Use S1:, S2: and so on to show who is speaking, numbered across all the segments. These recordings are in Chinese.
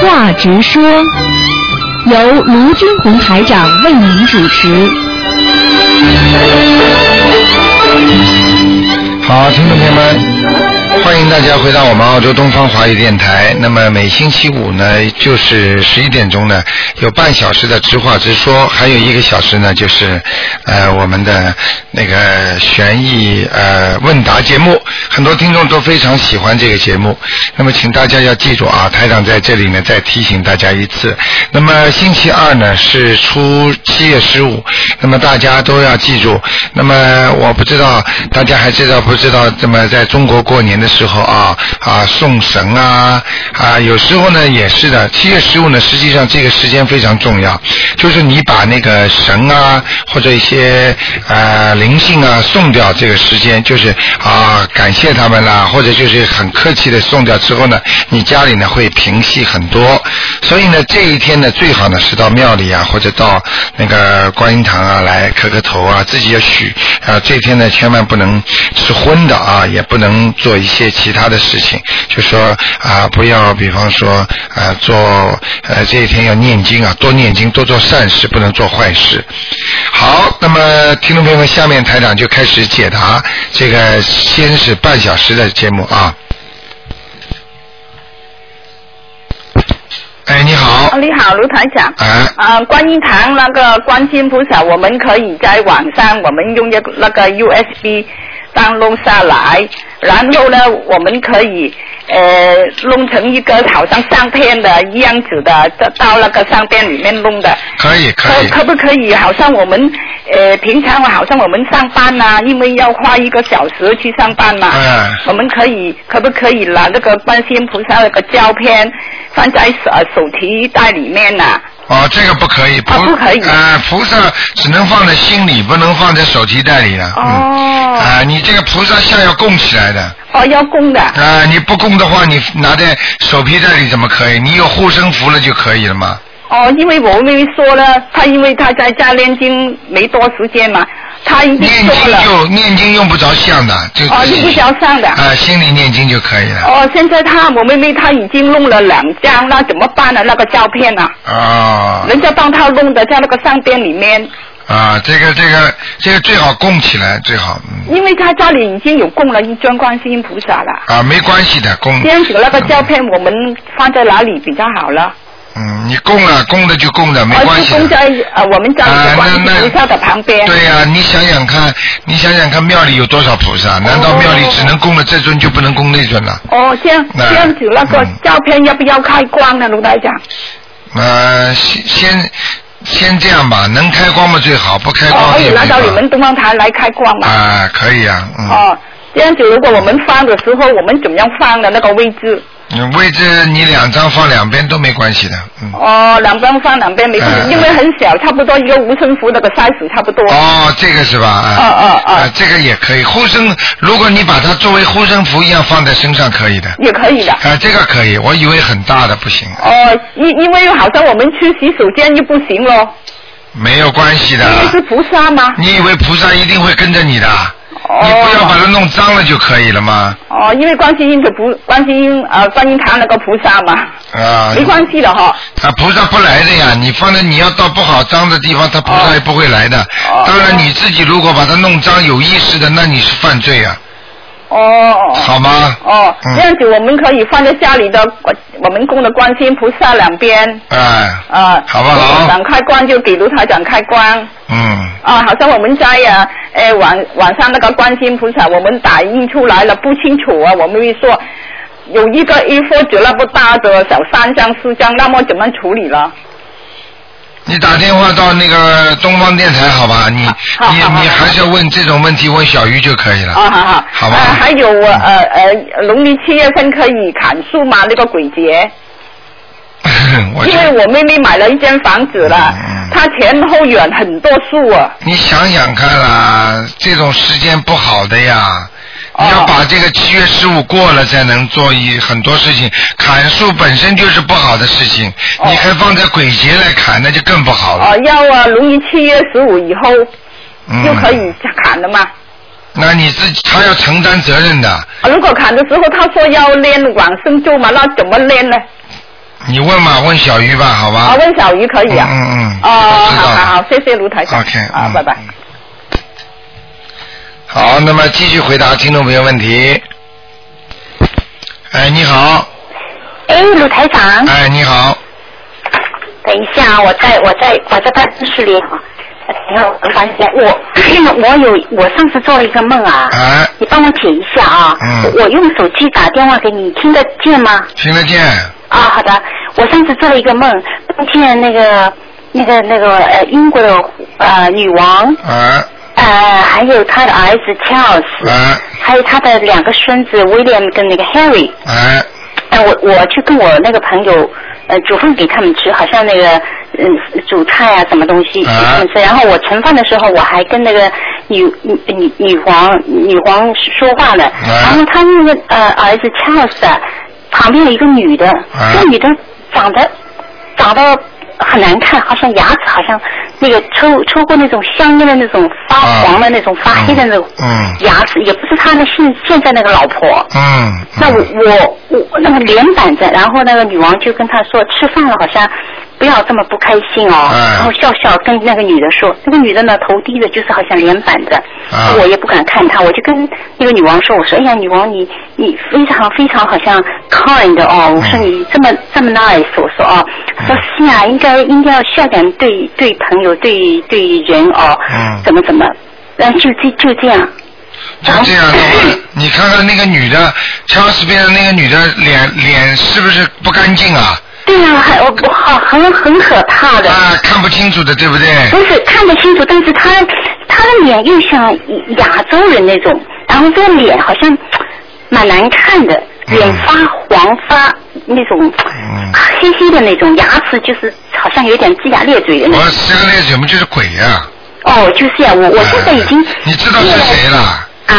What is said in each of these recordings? S1: 话直说，由卢军红台长为您主持。
S2: 好，听众朋友们，欢迎大家回到我们澳洲东方华语电台。那么每星期五呢，就是十一点钟呢，有半小时的直话直说，还有一个小时呢，就是呃我们的那个悬疑呃问答节目。很多听众都非常喜欢这个节目。那么请大家要记住啊，台长在这里呢再提醒大家一次。那么星期二呢是初七月十五，那么大家都要记住。那么我不知道大家还知道不知道？那么在中国过年的时候啊啊送神啊啊，有时候呢也是的。七月十五呢，实际上这个时间非常重要，就是你把那个神啊或者一些呃灵性啊送掉，这个时间就是啊感谢他们啦，或者就是很客气的送掉之后呢，你家里呢会平息很多。所以呢，这一天呢最好呢是到庙里啊，或者到那个观音堂啊来磕磕头啊，自己要许啊。这天呢千万不能吃荤的啊，也不能做一些其他的事情，就说啊不要，比方说啊做呃这一天要念经啊，多念经，多做善事，不能做坏事。好，那么听众朋友们，下面台长就开始解答这个先是半小时的节目啊。哎，你好。
S3: 哦你好，卢台长。
S2: 哎
S3: 啊、观音堂那个观世音菩萨，我们可以在网上，我们用一个那个 USB 当弄下来，然后呢，我们可以呃弄成一个好像相片的一样子的，到到那个相片里面弄的。
S2: 可以可
S3: 可
S2: 以，
S3: 可不可以？好像我们呃平常好像我们上班呐、因为要花一个小时去上班嘛。
S2: 嗯
S3: 我们可以可不可以拿那个观世音菩萨那个胶片放在手手提袋里面啊呐、
S2: 哦，这个不可以，菩
S3: 啊不可以
S2: 呃，菩萨只能放在心里，不能放在手提袋里了。嗯。
S3: 哦
S2: 啊、你这个菩萨像要供起来的，啊、
S3: 哦，要供的。
S2: 你不供的话，你拿在手皮袋里怎么可以？你有护身符了就可以了嘛。
S3: 哦，因为我妹妹说了，她因为她在家念经没多时间嘛，她已经
S2: 念
S3: 说
S2: 经
S3: 了。
S2: 就念经用不着像的，就
S3: 哦，
S2: 自己
S3: 你不想上的。
S2: 啊、心里念经就可以了。
S3: 哦，现在她我妹妹她已经弄了两张，那怎么办呢？那个照片啊？
S2: 啊、
S3: 人家帮他弄的在那个商店里面，
S2: 啊，这个这个这个最好供起来最好，嗯
S3: 因为他家里已经有供了一尊观世音菩萨了。
S2: 啊，没关系的供
S3: 这。样子那个胶片我们放在哪里比较好呢？
S2: 嗯，你供了供了就供了，没
S3: 而
S2: 关系
S3: 是
S2: 的。
S3: 哦供在呃我们家里
S2: 啊
S3: 的观世音
S2: 那那
S3: 菩萨的旁边。
S2: 对呀、你想想看，你想想看，庙里有多少菩萨？难道庙里只能供了这尊就不能供那尊了？
S3: 哦，这样
S2: 那
S3: 这样子那个
S2: 嗯
S3: 照片要不要开光呢？卢台长？
S2: 呃，先先先这样吧，能开光嘛最好，不开
S3: 哦，
S2: 光
S3: 可
S2: 也
S3: 以
S2: 没
S3: 拿到
S2: 法
S3: 你们东方台来开光嘛？
S2: 啊，可以啊，嗯，
S3: 哦，这样子如果我们放的时候，我们怎么样放的那个位置？
S2: 嗯位置你两张放两边都没关系的，嗯。
S3: 哦，两边放两边没关
S2: 嗯
S3: 系，因为很小，差不多一个无声符那个 size 差不多。
S2: 哦，这个是吧？啊
S3: 哦哦哦
S2: 啊，这个也可以。护身，如果你把它作为护身符一样放在身上，可以的。
S3: 也可以的。
S2: 啊，这个可以。我以为很大的不行，
S3: 哦，因因为好像我们去洗手间就不行咯，
S2: 没有关系的。
S3: 因为是菩萨嘛。
S2: 你以为菩萨一定会跟着你的？你不要把
S3: 哦
S2: 它弄脏了就可以了吗？
S3: 哦，因为观世音的菩观世音呃观音堂那个菩萨嘛，
S2: 啊，
S3: 没关系的哈。
S2: 啊，菩萨不来的呀！你放在你要到不好脏的地方，他菩萨
S3: 哦
S2: 也不会来的。
S3: 哦
S2: 当然，你自己如果把它弄脏，有意识的，那你是犯罪啊，
S3: 哦。
S2: 好吗？
S3: 哦，
S2: 嗯
S3: 这样子我们可以放在家里的呃我们供的观世音菩萨两边。
S2: 哎，
S3: 啊，
S2: 好不好
S3: 想开光就给卢台长开光
S2: 嗯，
S3: 啊！好像我们家呀，哎，晚晚上那个观世音菩萨，我们打印出来了不清楚啊，我们会说有一个一佛纸那么大的小三张四张，那么怎么处理了？
S2: 你打电话到那个东方电台，好吧？你
S3: 好好
S2: 你
S3: 好
S2: 你
S3: 好
S2: 还是要问这种问题，问小鱼就可以了。
S3: 啊，好好，
S2: 好吧
S3: 啊，还有我呃呃，农历七月份可以砍树吗？那个鬼节，
S2: 我
S3: 因
S2: 就
S3: 为我妹妹买了一间房子了
S2: 嗯嗯，
S3: 她前后院很多树啊。
S2: 你想想看啦，这种时间不好的呀。
S3: 哦
S2: 你要把这个七月十五过了，才能做一很多事情。砍树本身就是不好的事情，
S3: 哦
S2: 你还放在鬼节来砍，那就更不好了。
S3: 哦，要啊，农历七月十五以后
S2: 嗯，
S3: 就可以砍了嘛。啊
S2: 那你自己他要承担责任的。
S3: 啊如果砍的时候，她说要练往生咒嘛，那怎么练呢？
S2: 你问吧，问小鱼吧，好吧？
S3: 啊，问小鱼可以啊。
S2: 嗯嗯嗯
S3: 哦，
S2: 我知道
S3: 好
S2: 了
S3: 好好，谢谢卢台长。
S2: OK，
S3: 啊
S2: 嗯，
S3: 拜拜。
S2: 好，那么继续回答听众朋友问题。哎，你好，
S4: 哎，鲁台长，
S2: 哎，你好，
S4: 等一下，我在我在我在办公室里啊，等一下我翻一下，我 我有我上次做了一个梦啊，
S2: 哎，
S4: 你帮我解一下啊。
S2: 嗯
S4: 我用手机打电话给你，听得见吗？
S2: 听得见？
S4: 啊，好的。我上次做了一个梦，梦见那个那个那个呃英国的呃女王，
S2: 哎
S4: 呃还有她的儿子 Charles，、
S2: 哎
S4: 还有她的两个孙子 William 跟那个 Harry。
S2: 哎，
S4: 哎，我我去跟我那个朋友，呃，煮饭给他们吃，好像那个嗯煮菜啊，什么东西给
S2: 啊
S4: 他们吃。然后我盛饭的时候，我还跟那个女女女女皇女皇说话呢。
S2: 啊
S4: 然后他那个呃儿子 Charles 啊旁边有一个女的，
S2: 啊
S4: 那女的长得长得很难看，好像牙齿好像那个抽抽过那种香烟的那种发黄的那种、发黑的那种
S2: 啊嗯
S4: 牙齿，也不是他的现现在那个老婆。
S2: 嗯，
S4: 那我我我那个脸板着，然后那个女王就跟他说，吃饭了好像不要这么不开心哦。
S2: 哎
S4: 然后笑笑跟那个女的说，那个女的呢头低着，就是好像脸板着。
S2: 啊
S4: 我也不敢看她，我就跟那个女王说，我说哎呀，女王你你非常非常好像 kind 哦，我说
S2: 嗯
S4: 你这么这么 nice，我说哦，她说是啊，应该应该要笑点对对朋友对对人哦，
S2: 嗯
S4: 怎么怎么，然后就这就这样。
S2: 就这样的话， 你看看那个女的，超市边的那个女的脸脸是不是不干净啊？
S4: 对呀、还我我好很很可怕的。
S2: 啊，看不清楚的，对不对？
S4: 不是看得清楚，但是他他的脸又像亚洲人那种，然后这个脸好像蛮难看的，
S2: 嗯
S4: 脸发黄发那种
S2: 嗯
S4: 黑黑的那种，牙齿就是好像有点龇牙咧嘴的那种。
S2: 我这个那什么就是鬼呀、啊！
S4: 哦，就是呀，我我现在已经
S2: 哎 你知道是谁了？
S4: 啊。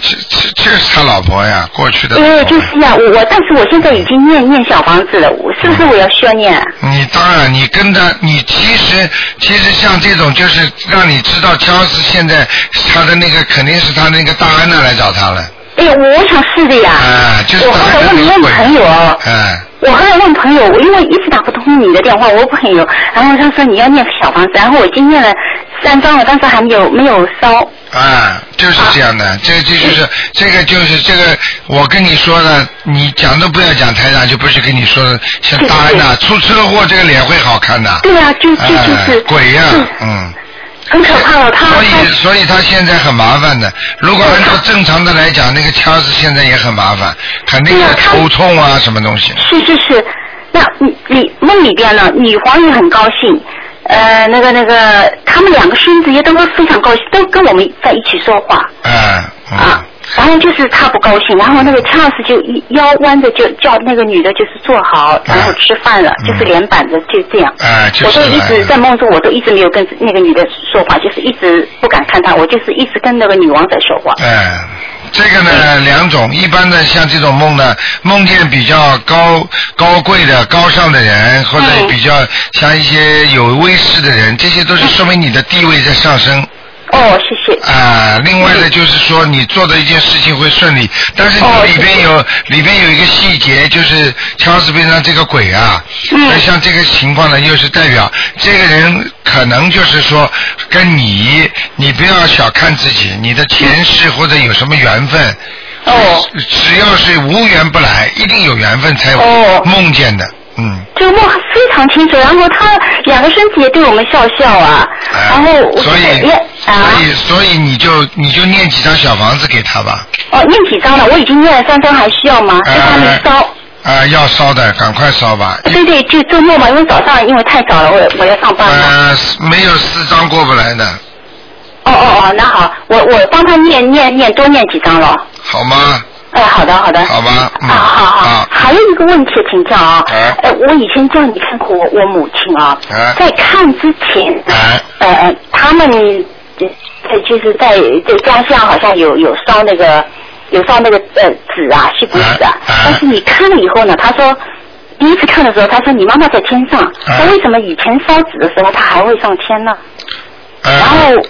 S2: 这这这是他老婆呀，过去的老婆。
S4: 哎，就是呀，我我，但是我现在已经念念小房子了，我是不是我要需要念啊？
S2: 你当然，你跟着你其实其实像这种，就是让你知道乔斯现在他的那个肯定是他那个大安娜来找他了，
S4: 哎，我想是的呀。
S2: 啊，就是
S4: 我
S2: 大
S4: 后
S2: 安娜
S4: 来问
S2: 那
S4: 问
S2: 个鬼
S4: 朋友哦，
S2: 哎，
S4: 我后来问朋友，我因为一直打不通你的电话，我朋友，然后他说你要念小房子，然后我已经念了三张了，但是还没有没有烧。
S2: 啊，就是这样的，这这就是这个就是这个，我跟你说呢，你讲都不要讲，台长就不是跟你说的，像大安娜出车祸这个脸会好看的，
S4: 对啊，就就
S2: 哎
S4: 就是、
S2: 鬼呀
S4: 是，
S2: 嗯。
S4: 很可怕了，他
S2: 所以，
S4: 他
S2: 所以他现在很麻烦的。如果按照正常的来讲，那个掐子现在也很麻烦，肯定有
S4: 对啊他
S2: 头痛啊，什么东西。
S4: 是是是，那你你梦里边呢，女皇也很高兴。呃，那个那个，他们两个孙子也都非常高兴，都跟我们在一起说话。
S2: 哎，嗯
S4: 啊，，然后就是他不高兴，然后那个 Charles 就一腰弯着就叫那个女的，就是坐好，然后吃饭了，
S2: 嗯
S4: 就是脸板着就这样。
S2: 哎，就
S4: 我
S2: 是
S4: 都一直
S2: 哎
S4: 在梦中，我都一直没有跟那个女的说话，就是一直不敢看她，我就是一直跟那个女王在说话。
S2: 哎，这个
S4: 嗯
S2: 呢两种，一般的像这种梦呢，梦见比较高高贵的、高尚的人，或者
S4: 嗯
S2: 比较像一些有威势的人，这些都是说明你的地位在上升。
S4: 哦，谢谢。
S2: 啊，另外呢，就是说你做的一件事情会顺利，但是
S4: 嗯哦
S2: 你里边有、里边有一个细节，就是乔治边上这个鬼啊，
S4: 嗯
S2: 那像这个情况呢，又是代表这个人可能就是说跟你，你不要小看自己，你的前世或者有什么缘分，
S4: 哦，
S2: 只要是无缘不来，一定有缘分才有
S4: 哦
S2: 梦见的，嗯，
S4: 这个梦非常清楚，然后他两个孙子也对我们笑笑啊，
S2: 啊
S4: 然后我
S2: 所以
S4: 也啊
S2: 所以所以你就你就念几张小房子给他吧，
S4: 哦念几张了，我已经念了三张，还需要吗？就他
S2: 呃
S4: 们烧。
S2: 啊，要烧的，赶快烧吧。
S4: 对对，就周末嘛，因为早上因为太早了，我我要上班嘛。
S2: 呃，没有四张过不来的，呃
S4: 哦哦哦，那好，我我帮他念念念，多念几张了。
S2: 好吗？
S4: 哎，好的好的。
S2: 好吧，嗯，
S4: 啊，好好
S2: 啊，，
S4: 还有一个问题请教啊
S2: 哎，
S4: 呃，我以前叫你看过我我母亲啊
S2: 哎，
S4: 在看之前
S2: 哎，
S4: 呃呃，他们呃就是在在家乡好像有有烧那个有烧那个呃纸啊锡箔纸啊
S2: 哎哎，
S4: 但是你看了以后呢，他说第一次看的时候，他说你妈妈在天上，
S2: 哎
S4: 那为什么以前烧纸的时候她还会上天呢？然
S2: 呃，
S4: 后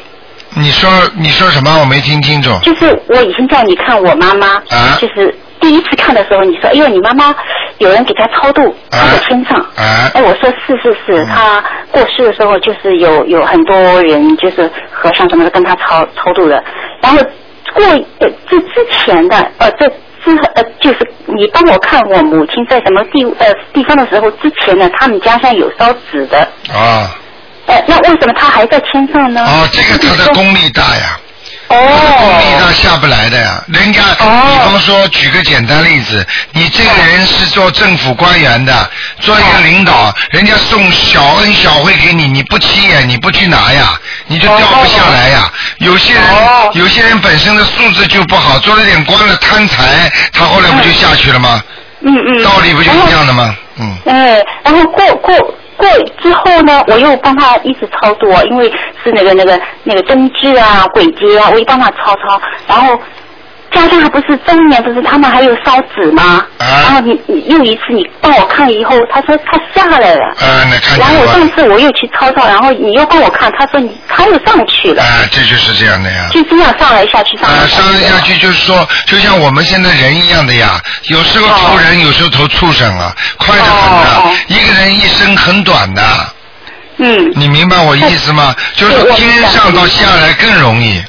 S2: 你说你说什么？我没听清楚。
S4: 就是我以前叫你看我妈妈，
S2: 啊
S4: 就是第一次看的时候，你说哎呦你妈妈有人给他超度，
S2: 啊
S4: 他在天上。
S2: 啊嗯
S4: 哎，我说是是是，他过世的时候就是有有很多人就是和尚什么的跟他超超度的，然后过呃这之前的呃这之呃就是你帮我看我母亲在什么地呃地方的时候之前呢，他们家乡有烧纸的，
S2: 啊，
S4: 哎，那为什么他还在天上呢？
S2: 哦，这个他的功力大呀，功力大
S4: 哦，
S2: 下不来的呀。人家，
S4: 哦
S2: 比方说，举个简单例子，你这个人是做政府官员的，做一个领
S4: 哦
S2: 导，人家送小恩小惠给你，你不起眼，你不去拿呀，你就掉不下来呀。有些人
S4: 哦，
S2: 有些人本身的素质就不好，做了点官了贪财，他后来不就下去了吗？
S4: 嗯嗯，
S2: 道理不就是这样的吗？嗯。
S4: 哎，然后过过过之后呢，我又帮他一直超度哦，因为是那个那个那个灯具啊、鬼节啊，我也帮他超超。然后家乡还不是中年，不是他们还有烧纸吗？
S2: 啊
S4: 然后你你又一次你帮我看以后，他说他下来了。
S2: 呃，那看见
S4: 然后我
S2: 吧
S4: 上次我又去超超，然后你又帮我看，他说你他又上去了，
S2: 啊，这就是这样的呀。
S4: 就这样上来下去，上来
S2: 啊，
S4: 下去。
S2: 上下去就是说，就像我们现在人一样的呀，有时候投人，有时候投畜生啊，快得很的。
S4: 哦哦哦
S2: 一个人一生很短的，
S4: 嗯，
S2: 你明白我意思吗？就是
S4: 对
S2: 说
S4: 我
S2: 天
S4: 明白
S2: 上到下来更容易。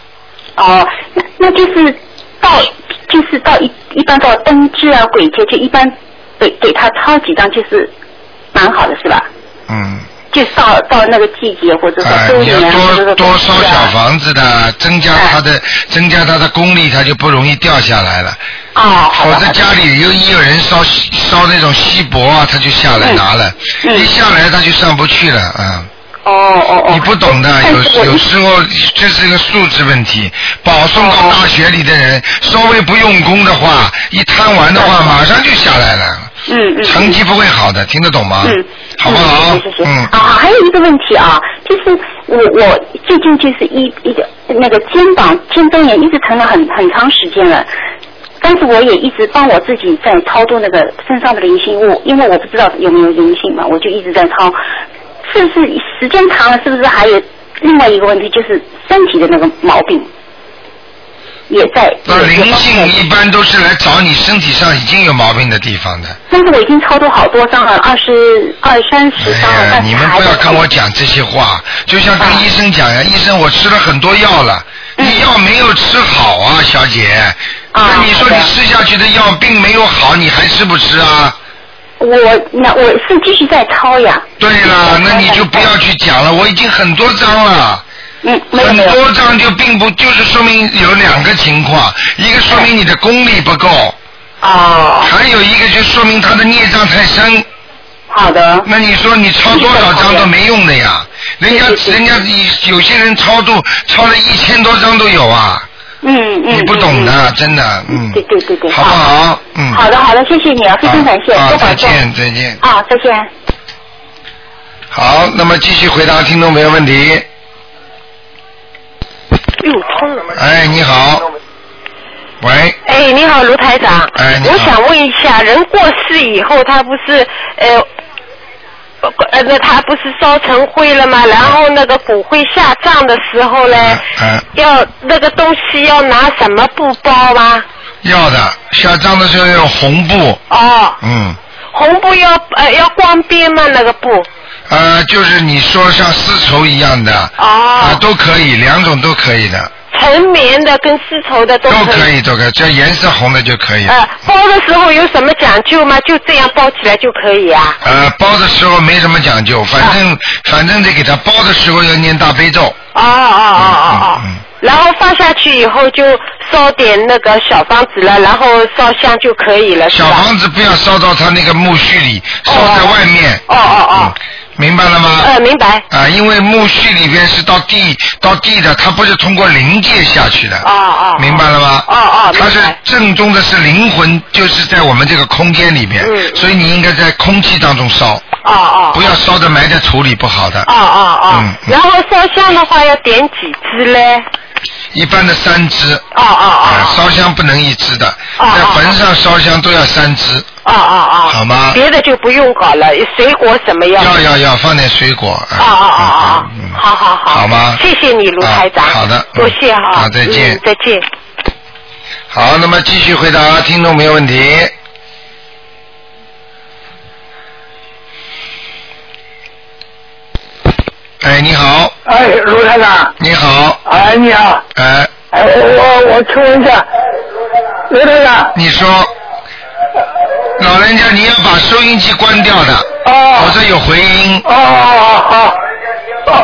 S4: 哦，那那就是到就是到一一般到灯具啊、鬼节，就一般给给他抄几张，就是蛮好的是吧？
S2: 嗯，
S4: 就到到那个季节或者说
S2: 啊，
S4: 周
S2: 你要
S4: 年或者
S2: 多多
S4: 说
S2: 烧
S4: 冬至
S2: 小
S4: 啊
S2: 房子的，增加他
S4: 哎
S2: 的增加他的功力，他就不容易掉下来了。
S4: 哦，好
S2: 否
S4: 的
S2: 则
S4: 好的，
S2: 家里有一有人烧烧那种锡箔啊，他就下来拿了，
S4: 嗯嗯
S2: 一下来他就上不去了啊。嗯
S4: 哦哦哦，
S2: 你不懂的，
S4: 但是
S2: 有
S4: 我
S2: 有
S4: 一
S2: 时候这是一个素质问题。保送
S4: 哦
S2: 到大学里的人，稍微不用功的话，一贪玩的话，马上就下来了，
S4: 嗯嗯
S2: 成绩不会好的，听得懂吗？
S4: 嗯，
S2: 啊好不好
S4: 嗯，谢谢。？
S2: 嗯
S4: 啊，，还有一个问题啊，就是我我最近就是一一个那个肩膀肩周炎一直疼了很很长时间了。但是我也一直帮我自己在超度那个身上的灵性物，因为我不知道有没有灵性嘛，我就一直在超。是不是时间长了，是不是还有另外一个问题，就是身体的那个毛病也在？
S2: 那
S4: 也
S2: 灵
S4: 在
S2: 性一般都是来找你身体上已经有毛病的地方的。
S4: 但是我已经超度好多张了，二十二三十张了，
S2: 哎呀，
S4: 但
S2: 你
S4: 是
S2: 们
S4: 还
S2: 不要
S4: 在
S2: 跟我讲这些话，就像跟
S4: 啊
S2: 医生讲呀，医生我吃了很多药了，你药没有吃好啊，小姐。
S4: 嗯啊
S2: 那你说你
S4: 好的
S2: 吃下去的药并没有好，你还吃不吃啊？
S4: 我那我是继续在抄呀。
S2: 对了，那你就不要去讲了，我已经很多张了。
S4: 嗯，没有
S2: 很
S4: 没有。
S2: 多张就并不就是说明有两个情况，一个说明你的功力不够，
S4: 哦，
S2: 还有一个就说明他的孽障太深。
S4: 好的。
S2: 那你说你抄多少张都没用的呀？人家
S4: 对嗯对对
S2: 人家你有些人超度超了一千多张都有啊，
S4: 嗯嗯。
S2: 你不懂
S4: 嗯。
S2: 的，真的，嗯，
S4: 对对对对
S2: 好不好？嗯，
S4: 嗯好的好的，谢谢你啊，非常感谢，
S2: 啊，
S4: 多
S2: 再
S4: 保重。
S2: 见再见。
S4: 啊，再见。
S2: 好，那么继续回答听众朋友问题。
S5: 又通了吗？
S2: 哎，你好，喂，
S5: 哎，你好，卢台长。
S2: 哎你好
S5: 我想问一下，人过世以后，他不是呃。呃呃，那他不是烧成灰了吗？然后那个骨灰下葬的时候呢，
S2: 嗯嗯
S5: 要那个东西要拿什么布包吗？
S2: 要的下葬的时候用红布，
S5: 哦，
S2: 嗯，
S5: 红布要呃要光边吗？那个布？
S2: 呃，就是你说像丝绸一样的，啊、
S5: 哦，
S2: 都可以，两种都可以的，
S5: 纯棉的跟丝绸的
S2: 都
S5: 都可
S2: 可以，都可以，只要颜色红的就可以了。
S5: 呃，包的时候有什么讲究吗？就这样包起来就可以啊？
S2: 呃，包的时候没什么讲究，反正、反正得给他包的时候要念大悲咒。
S5: 哦哦哦哦哦
S2: 嗯嗯嗯。
S5: 然后放下去以后就烧点那个小方子了，然后烧香就可以了，是啊
S2: 小
S5: 吧？
S2: 房子不要烧到他那个墓穴里，烧在外面。
S5: 哦哦
S2: 嗯
S5: 哦，，
S2: 明白了吗？
S5: 呃，明白。
S2: 啊，因为墓穴里边是到地到地的，它不是通过灵界下去的。
S5: 哦哦。
S2: 明白了吗？
S5: 哦哦，
S2: 它
S5: 明
S2: 是
S5: 白。
S2: 正宗的是灵魂，就是在我们这个空间里边，
S5: 嗯
S2: 所以你应该在空气当中烧，
S5: 哦哦。
S2: 不要烧的埋在土里，不好的。
S5: 哦哦哦
S2: 嗯。嗯
S5: 然后烧香的话要点几支嘞？
S2: 一般的三支。
S5: 哦哦
S2: 啊，
S5: 哦。
S2: 烧香不能一支的，
S5: 哦
S2: 在
S5: 哦
S2: 坟上烧香都要三支，
S5: 哦哦哦。
S2: 好吗
S5: 别的就不用搞了，水果什么要？
S2: 要要要放点水果。啊
S5: 哦哦哦哦
S2: 嗯嗯，嗯
S5: 好好好，
S2: 好吗？
S5: 谢谢你，卢台长。
S2: 啊好的，
S5: 多谢
S2: 嗯
S5: 哈。
S2: 好，再见
S5: 嗯。再见。
S2: 好，那么继续回答听众朋友问题。哎，你好，
S6: 哎，卢台长，
S2: 你好，
S6: 哎，你好，
S2: 哎，
S6: 哎，我我我请问一下，卢台长，
S2: 你说，老人家你要把收音机关掉的，
S6: 哦
S2: 否则有回音
S6: 哦哦哦哦哦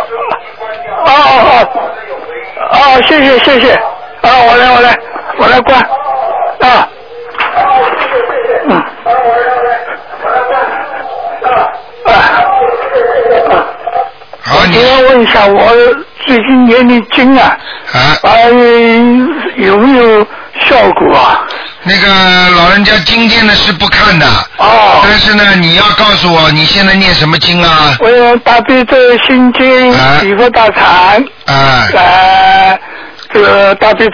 S6: 哦哦。哦哦，谢谢谢谢，啊，我来我来我来关，啊，嗯，啊，
S2: 好，你
S6: 我要问一下，我最近念的经啊，
S2: 啊，
S6: 啊
S4: 嗯
S6: 有没有效果啊？
S2: 那个老人家今天呢是不看的，
S6: 哦，
S2: 但是呢你要告诉我你现在念什么经啊？
S6: 我要大悲咒心经
S2: 啊，
S6: 礼佛大忏，
S2: 啊，
S6: 啊，这个大悲咒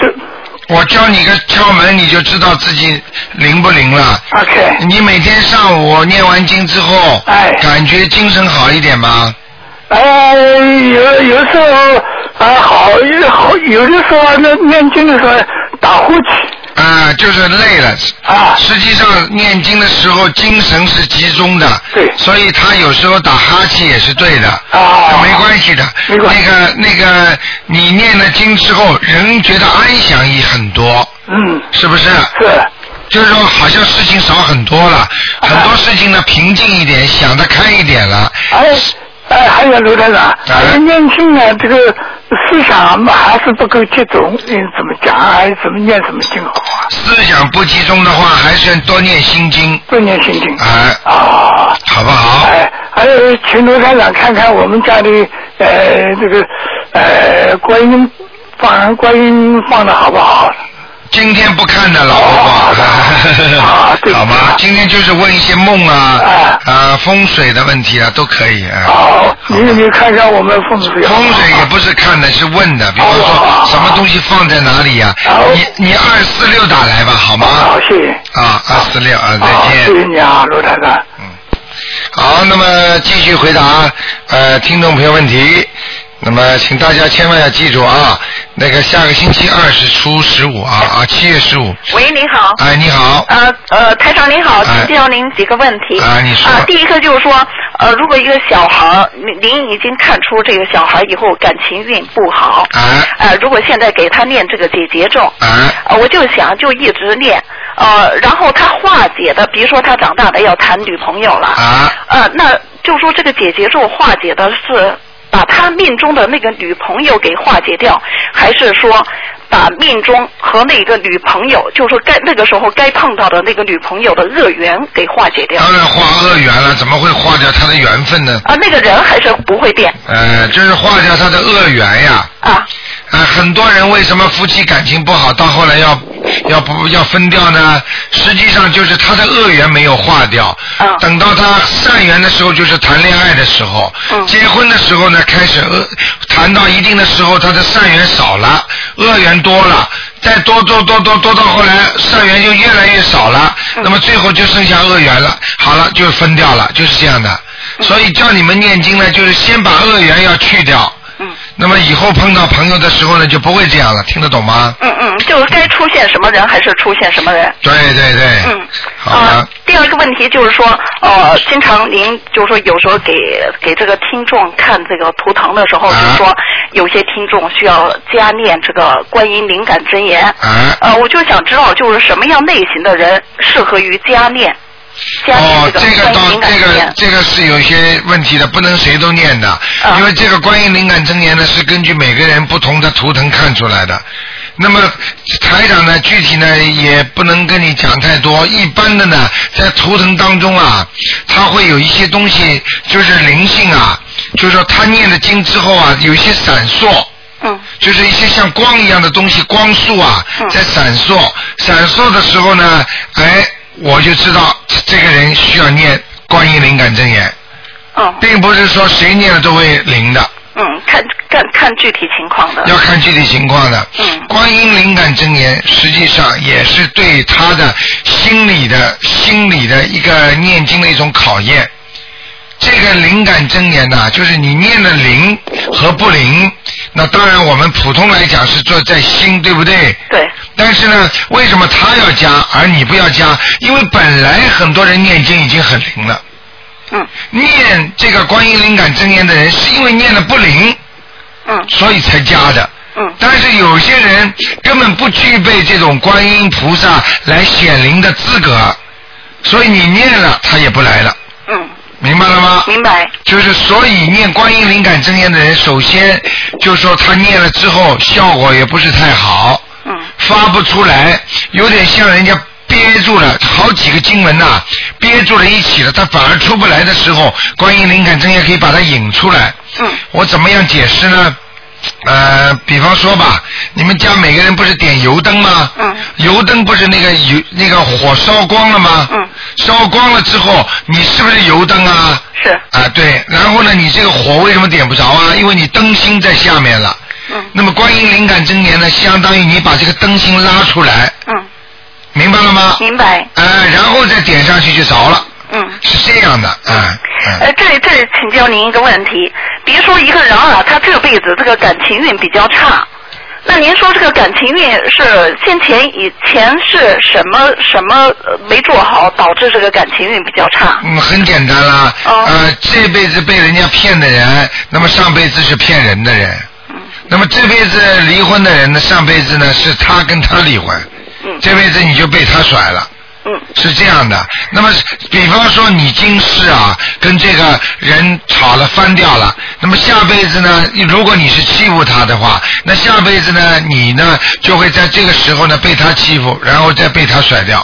S2: 我教你个窍门，你就知道自己灵不灵了。
S6: ，OK。
S2: 你每天上午念完经之后，
S6: 哎
S2: 感觉精神好一点吗？
S6: 哎，有有时候啊好，有好有的时候那念经的时候打呼起
S2: 啊，就是累了。
S6: 啊，
S2: 实际上念经的时候精神是集中的，
S6: 对
S2: 所以他有时候打哈欠也是对的，
S6: 啊
S2: 没关系的。
S6: 没关系
S2: 那个那个，你念了经之后，人觉得安详一很多，
S6: 嗯
S2: 是不是？
S6: 是
S2: 就是说，好像事情少很多了，
S6: 啊
S2: 很多事情呢平静一点，想得开一点了。
S6: 哎哎还有刘台长，哎念经啊这个思想还是不够集中，嗯怎么讲还是怎么念什么经好啊？
S2: 思想不集中的话，还是多念心经，
S6: 多念心经
S2: 哎，
S6: 啊。
S2: 好不好？
S6: 哎，还有请卢台长看看我们家里呃这个呃观音放观音放的好不好？
S2: 今天不看的老婆婆，
S6: 哦好的
S2: 好
S6: 啊对
S2: 吗？今天就是问一些梦啊
S6: 啊、
S2: 啊风水的问题啊，都可以啊。
S6: 好，你你看看我们风水好不
S2: 风
S6: 好。
S2: 水也不是看的，是问的。比方说
S6: 哦
S2: 什么东西放在哪里呀、
S6: 好
S2: 你你二四六打来吧，好吗？
S6: 好，谢谢。
S2: 啊，二四六啊，
S6: 好
S2: 再
S6: 谢
S2: 见嗯
S6: 谢。你啊，罗台长。
S2: 好，那么继续回答呃听众朋友问题。那么，请大家千万要记住啊，那个下个星期二是初十五啊啊，七月十五。
S7: 喂，您好。
S2: 哎，你好，
S7: 呃呃，台长您好，
S2: 哎
S7: 请教您几个问题。
S2: 啊你说
S7: 第一个就是说，呃，如果一个小孩儿，您您已经看出这个小孩以后感情运不好，
S2: 哎
S7: 呃，如果现在给他念这个解结咒，
S2: 哎
S7: 呃，我就想就一直念，呃，然后他化解的，比如说他长大了要谈女朋友了，
S2: 啊
S7: 呃，那就说这个解结咒化解的是把他命中的那个女朋友给化解掉，还是说把命中和那个女朋友，就说该那个时候该碰到的那个女朋友的恶缘给化解掉？
S2: 当然化恶缘了，怎么会化掉他的缘分呢？
S7: 啊，那个人还是不会变
S2: 呃，就是化掉他的恶缘呀。
S7: 啊
S2: 啊、很多人为什么夫妻感情不好，到后来要要不要分掉呢？实际上就是他的恶缘没有化掉，
S7: 嗯
S2: 等到他善缘的时候，就是谈恋爱的时候，
S7: 嗯
S2: 结婚的时候呢，开始恶，谈到一定的时候，他的善缘少了，恶缘多了。再多多多多多到后来，善缘就越来越少了，
S7: 嗯
S2: 那么最后就剩下恶缘了。好了，就分掉了，就是这样的。
S7: 嗯
S2: 所以叫你们念经呢，就是先把恶缘要去掉。
S7: 嗯
S2: 那么以后碰到朋友的时候呢，就不会这样了，听得懂吗？
S7: 嗯嗯，就是该出现什么人还是出现什么人。
S2: 对对对，
S7: 嗯，
S2: 好
S7: 啊
S2: 了，，
S7: 第二个问题就是说，呃，经常您就是说有时候给给这个听众看这个图腾的时候，
S2: 啊
S7: 就是说有些听众需要加念这个观音灵感真言。
S2: 啊，
S7: 呃，我就想知道，就是什么样类型的人适合于加念，加
S2: 哦，
S7: 念
S2: 这
S7: 个
S2: 个
S7: 观音
S2: 到
S7: 灵感
S2: 这
S7: 真言
S2: 个。这个是有些问题的，不能谁都念的，
S7: 嗯
S2: 因为这个观音灵感真言呢是根据每个人不同的图腾看出来的。那么台长呢，具体呢也不能跟你讲太多。一般的呢，在图腾当中啊，它会有一些东西，就是灵性啊，就是说他念了经之后啊，有一些闪烁。
S7: 嗯
S2: 就是一些像光一样的东西，光束啊，
S7: 嗯
S2: 在闪烁，闪烁的时候呢，哎，我就知道这个人需要念观音灵感真言，
S7: 嗯
S2: 并不是说谁念了都会灵的，
S7: 嗯，看看看具体情况的。
S2: 要看具体情况的。
S7: 嗯
S2: 嗯观音灵感真言实际上也是对他的心理的心理的一个念经的一种考验。这个灵感真言呐、就是你念的灵和不灵，那当然我们普通来讲是做在心，对不对？
S7: 对，
S2: 但是呢，为什么他要加而你不要加？因为本来很多人念经已经很灵了，
S7: 嗯
S2: 念这个观音灵感真言的人，是因为念的不灵，
S7: 嗯
S2: 所以才加的。
S7: 嗯
S2: 但是有些人根本不具备这种观音菩萨来显灵的资格，所以你念了他也不来了，
S7: 嗯，
S2: 明白了吗？
S7: 明白。
S2: 就是所以念观音灵感真言的人，首先就说他念了之后效果也不是太好，
S7: 嗯
S2: 发不出来，有点像人家憋住了好几个经文呐、憋住了一起了，他反而出不来的时候，观音灵感真言可以把它引出来。
S7: 嗯
S2: 我怎么样解释呢？呃，比方说吧，你们家每个人不是点油灯吗？
S7: 嗯
S2: 油灯不是那个油那个火烧光了吗？
S7: 嗯。
S2: 烧光了之后，你是不是油灯啊？
S7: 是
S2: 啊，对。然后呢，你这个火为什么点不着啊？因为你灯芯在下面了。
S7: 嗯
S2: 那么观音灵感真言呢，相当于你把这个灯芯拉出来，
S7: 嗯，
S2: 明白了吗？
S7: 明白。
S2: 呃，然后再点上去就着了，
S7: 嗯。
S2: 是这样的，啊、嗯，
S7: 呃，这里这里请教您一个问题，比如说一个人啊，他这辈子这个感情运比较差，那您说这个感情运是先前以前是什么什么呃没做好，导致这个感情运比较差？
S2: 嗯，很简单啦。
S7: 哦
S2: 呃，这辈子被人家骗的人，那么上辈子是骗人的人。
S7: 嗯
S2: 那么这辈子离婚的人呢，上辈子呢是他跟他离婚，
S7: 嗯
S2: 这辈子你就被他甩了。
S7: 嗯
S2: 是这样的，那么比方说你今世啊跟这个人吵了翻掉了，那么下辈子呢，如果你是欺负他的话，那下辈子呢你呢就会在这个时候呢被他欺负，然后再被他甩掉，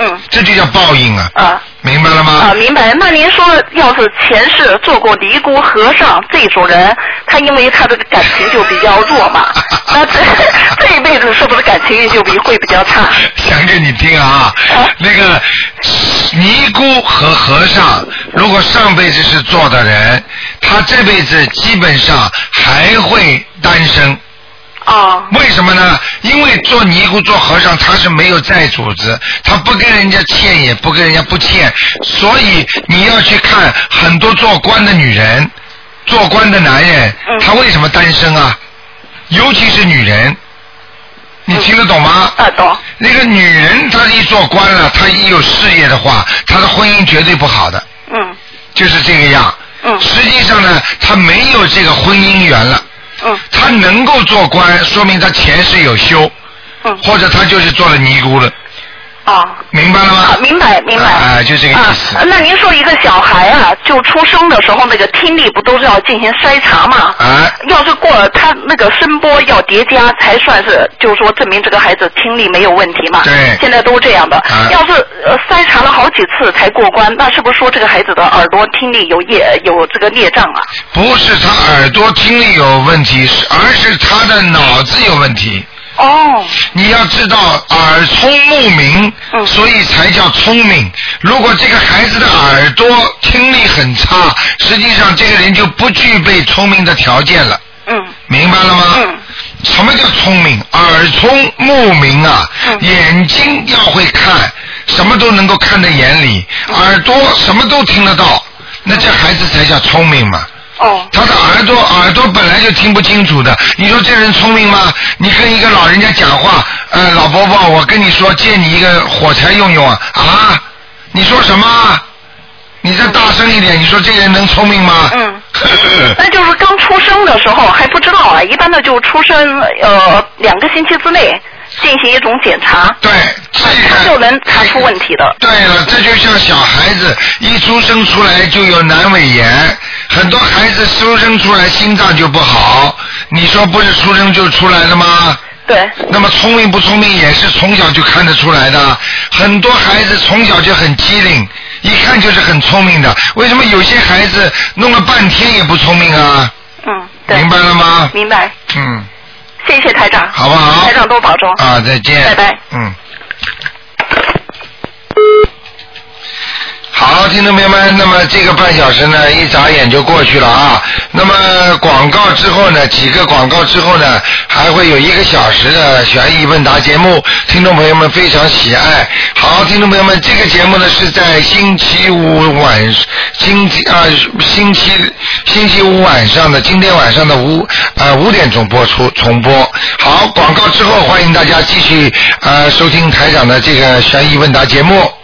S7: 嗯
S2: 这就叫报应啊，
S7: 啊
S2: 明白了吗？
S7: 啊，明白。那您说，要是前世做过尼姑和尚这种人，他因为他的感情就比较弱嘛，那这这一辈子是不是感情运就比会比较差？
S2: 讲给你听啊
S7: 啊，
S2: 那个尼姑和和尚，如果上辈子是做的人，他这辈子基本上还会单身。
S7: 哦
S2: 为什么呢？因为做尼姑、做和尚，他是没有债主子，他不跟人家欠，也不跟人家不欠，所以你要去看很多做官的女人、做官的男人，
S7: 嗯
S2: 他为什么单身啊？尤其是女人，你听得懂吗？
S7: 啊，懂。
S2: 那个女人她一做官了，她一有事业的话，她的婚姻绝对不好的，
S7: 嗯
S2: 就是这个样。
S7: 嗯
S2: 实际上呢，她没有这个婚姻缘了。
S7: 嗯
S2: 她能够做官，说明她前世有修，
S7: 嗯。
S2: 或者她就是做了尼姑了，
S7: 哦。
S2: 明白了吗？
S7: 啊，明白明白。
S2: 啊就这个意思
S7: 啊。那您说一个小孩啊，就出生的时候那个听力不都是要进行筛查吗？
S2: 啊，
S7: 要是过了他那个声波要叠加，才算是就是说证明这个孩子听力没有问题嘛。
S2: 对
S7: 现在都这样的。
S2: 啊
S7: 要是呃筛查了好几次才过关，那是不是说这个孩子的耳朵听力有业有这个孽障啊？
S2: 不是她耳朵听力有问题，是而是她的脑子有问题。
S7: 哦，
S2: 你要知道耳聪目明，
S7: 嗯
S2: 所以才叫聪明。如果这个孩子的耳朵听力很差，实际上这个人就不具备聪明的条件了，
S7: 嗯
S2: 明白了吗？
S7: 嗯
S2: 什么叫聪明？耳聪目明啊，
S7: 嗯
S2: 眼睛要会看，什么都能够看在眼里，
S7: 嗯
S2: 耳朵什么都听得到，那这孩子才叫聪明嘛。
S7: 哦
S2: 他的耳朵耳朵本来就听不清楚的，你说这人聪明吗？你跟一个老人家讲话，呃，老伯伯，我跟你说，借你一个火柴用用啊啊！你说什么啊？你再大声一点，你说这个人能聪明吗？
S7: 嗯。 那就是刚出生的时候还不知道啊，一般的就出生呃两个星期之内进行一种检查，
S2: 对，这
S7: 呃他
S2: 个
S7: 就能查出问题的。
S2: 对了，这就像小孩子一出生出来就有阑尾炎，很多孩子出生出来心脏就不好，你说不是出生就出来了吗？
S7: 对，
S2: 那么聪明不聪明也是从小就看得出来的。很多孩子从小就很机灵，一看就是很聪明的。为什么有些孩子弄了半天也不聪明啊？
S7: 嗯，对，
S2: 明白了吗？
S7: 明白，
S2: 嗯，
S7: 谢谢台长，
S2: 好不好？
S7: 台长多保重。
S2: 啊，再见。
S7: 拜拜。
S2: 嗯。好，听众朋友们，那么这个半小时呢，一眨眼就过去了啊。那么广告之后呢，几个广告之后呢，还会有一个小时的悬疑问答节目，听众朋友们非常喜爱。好，听众朋友们，这个节目呢是在星期五晚，星期啊、星期星期五晚上的，今天晚上的五呃五点钟播出重播。好，广告之后，欢迎大家继续呃收听台长的这个悬疑问答节目。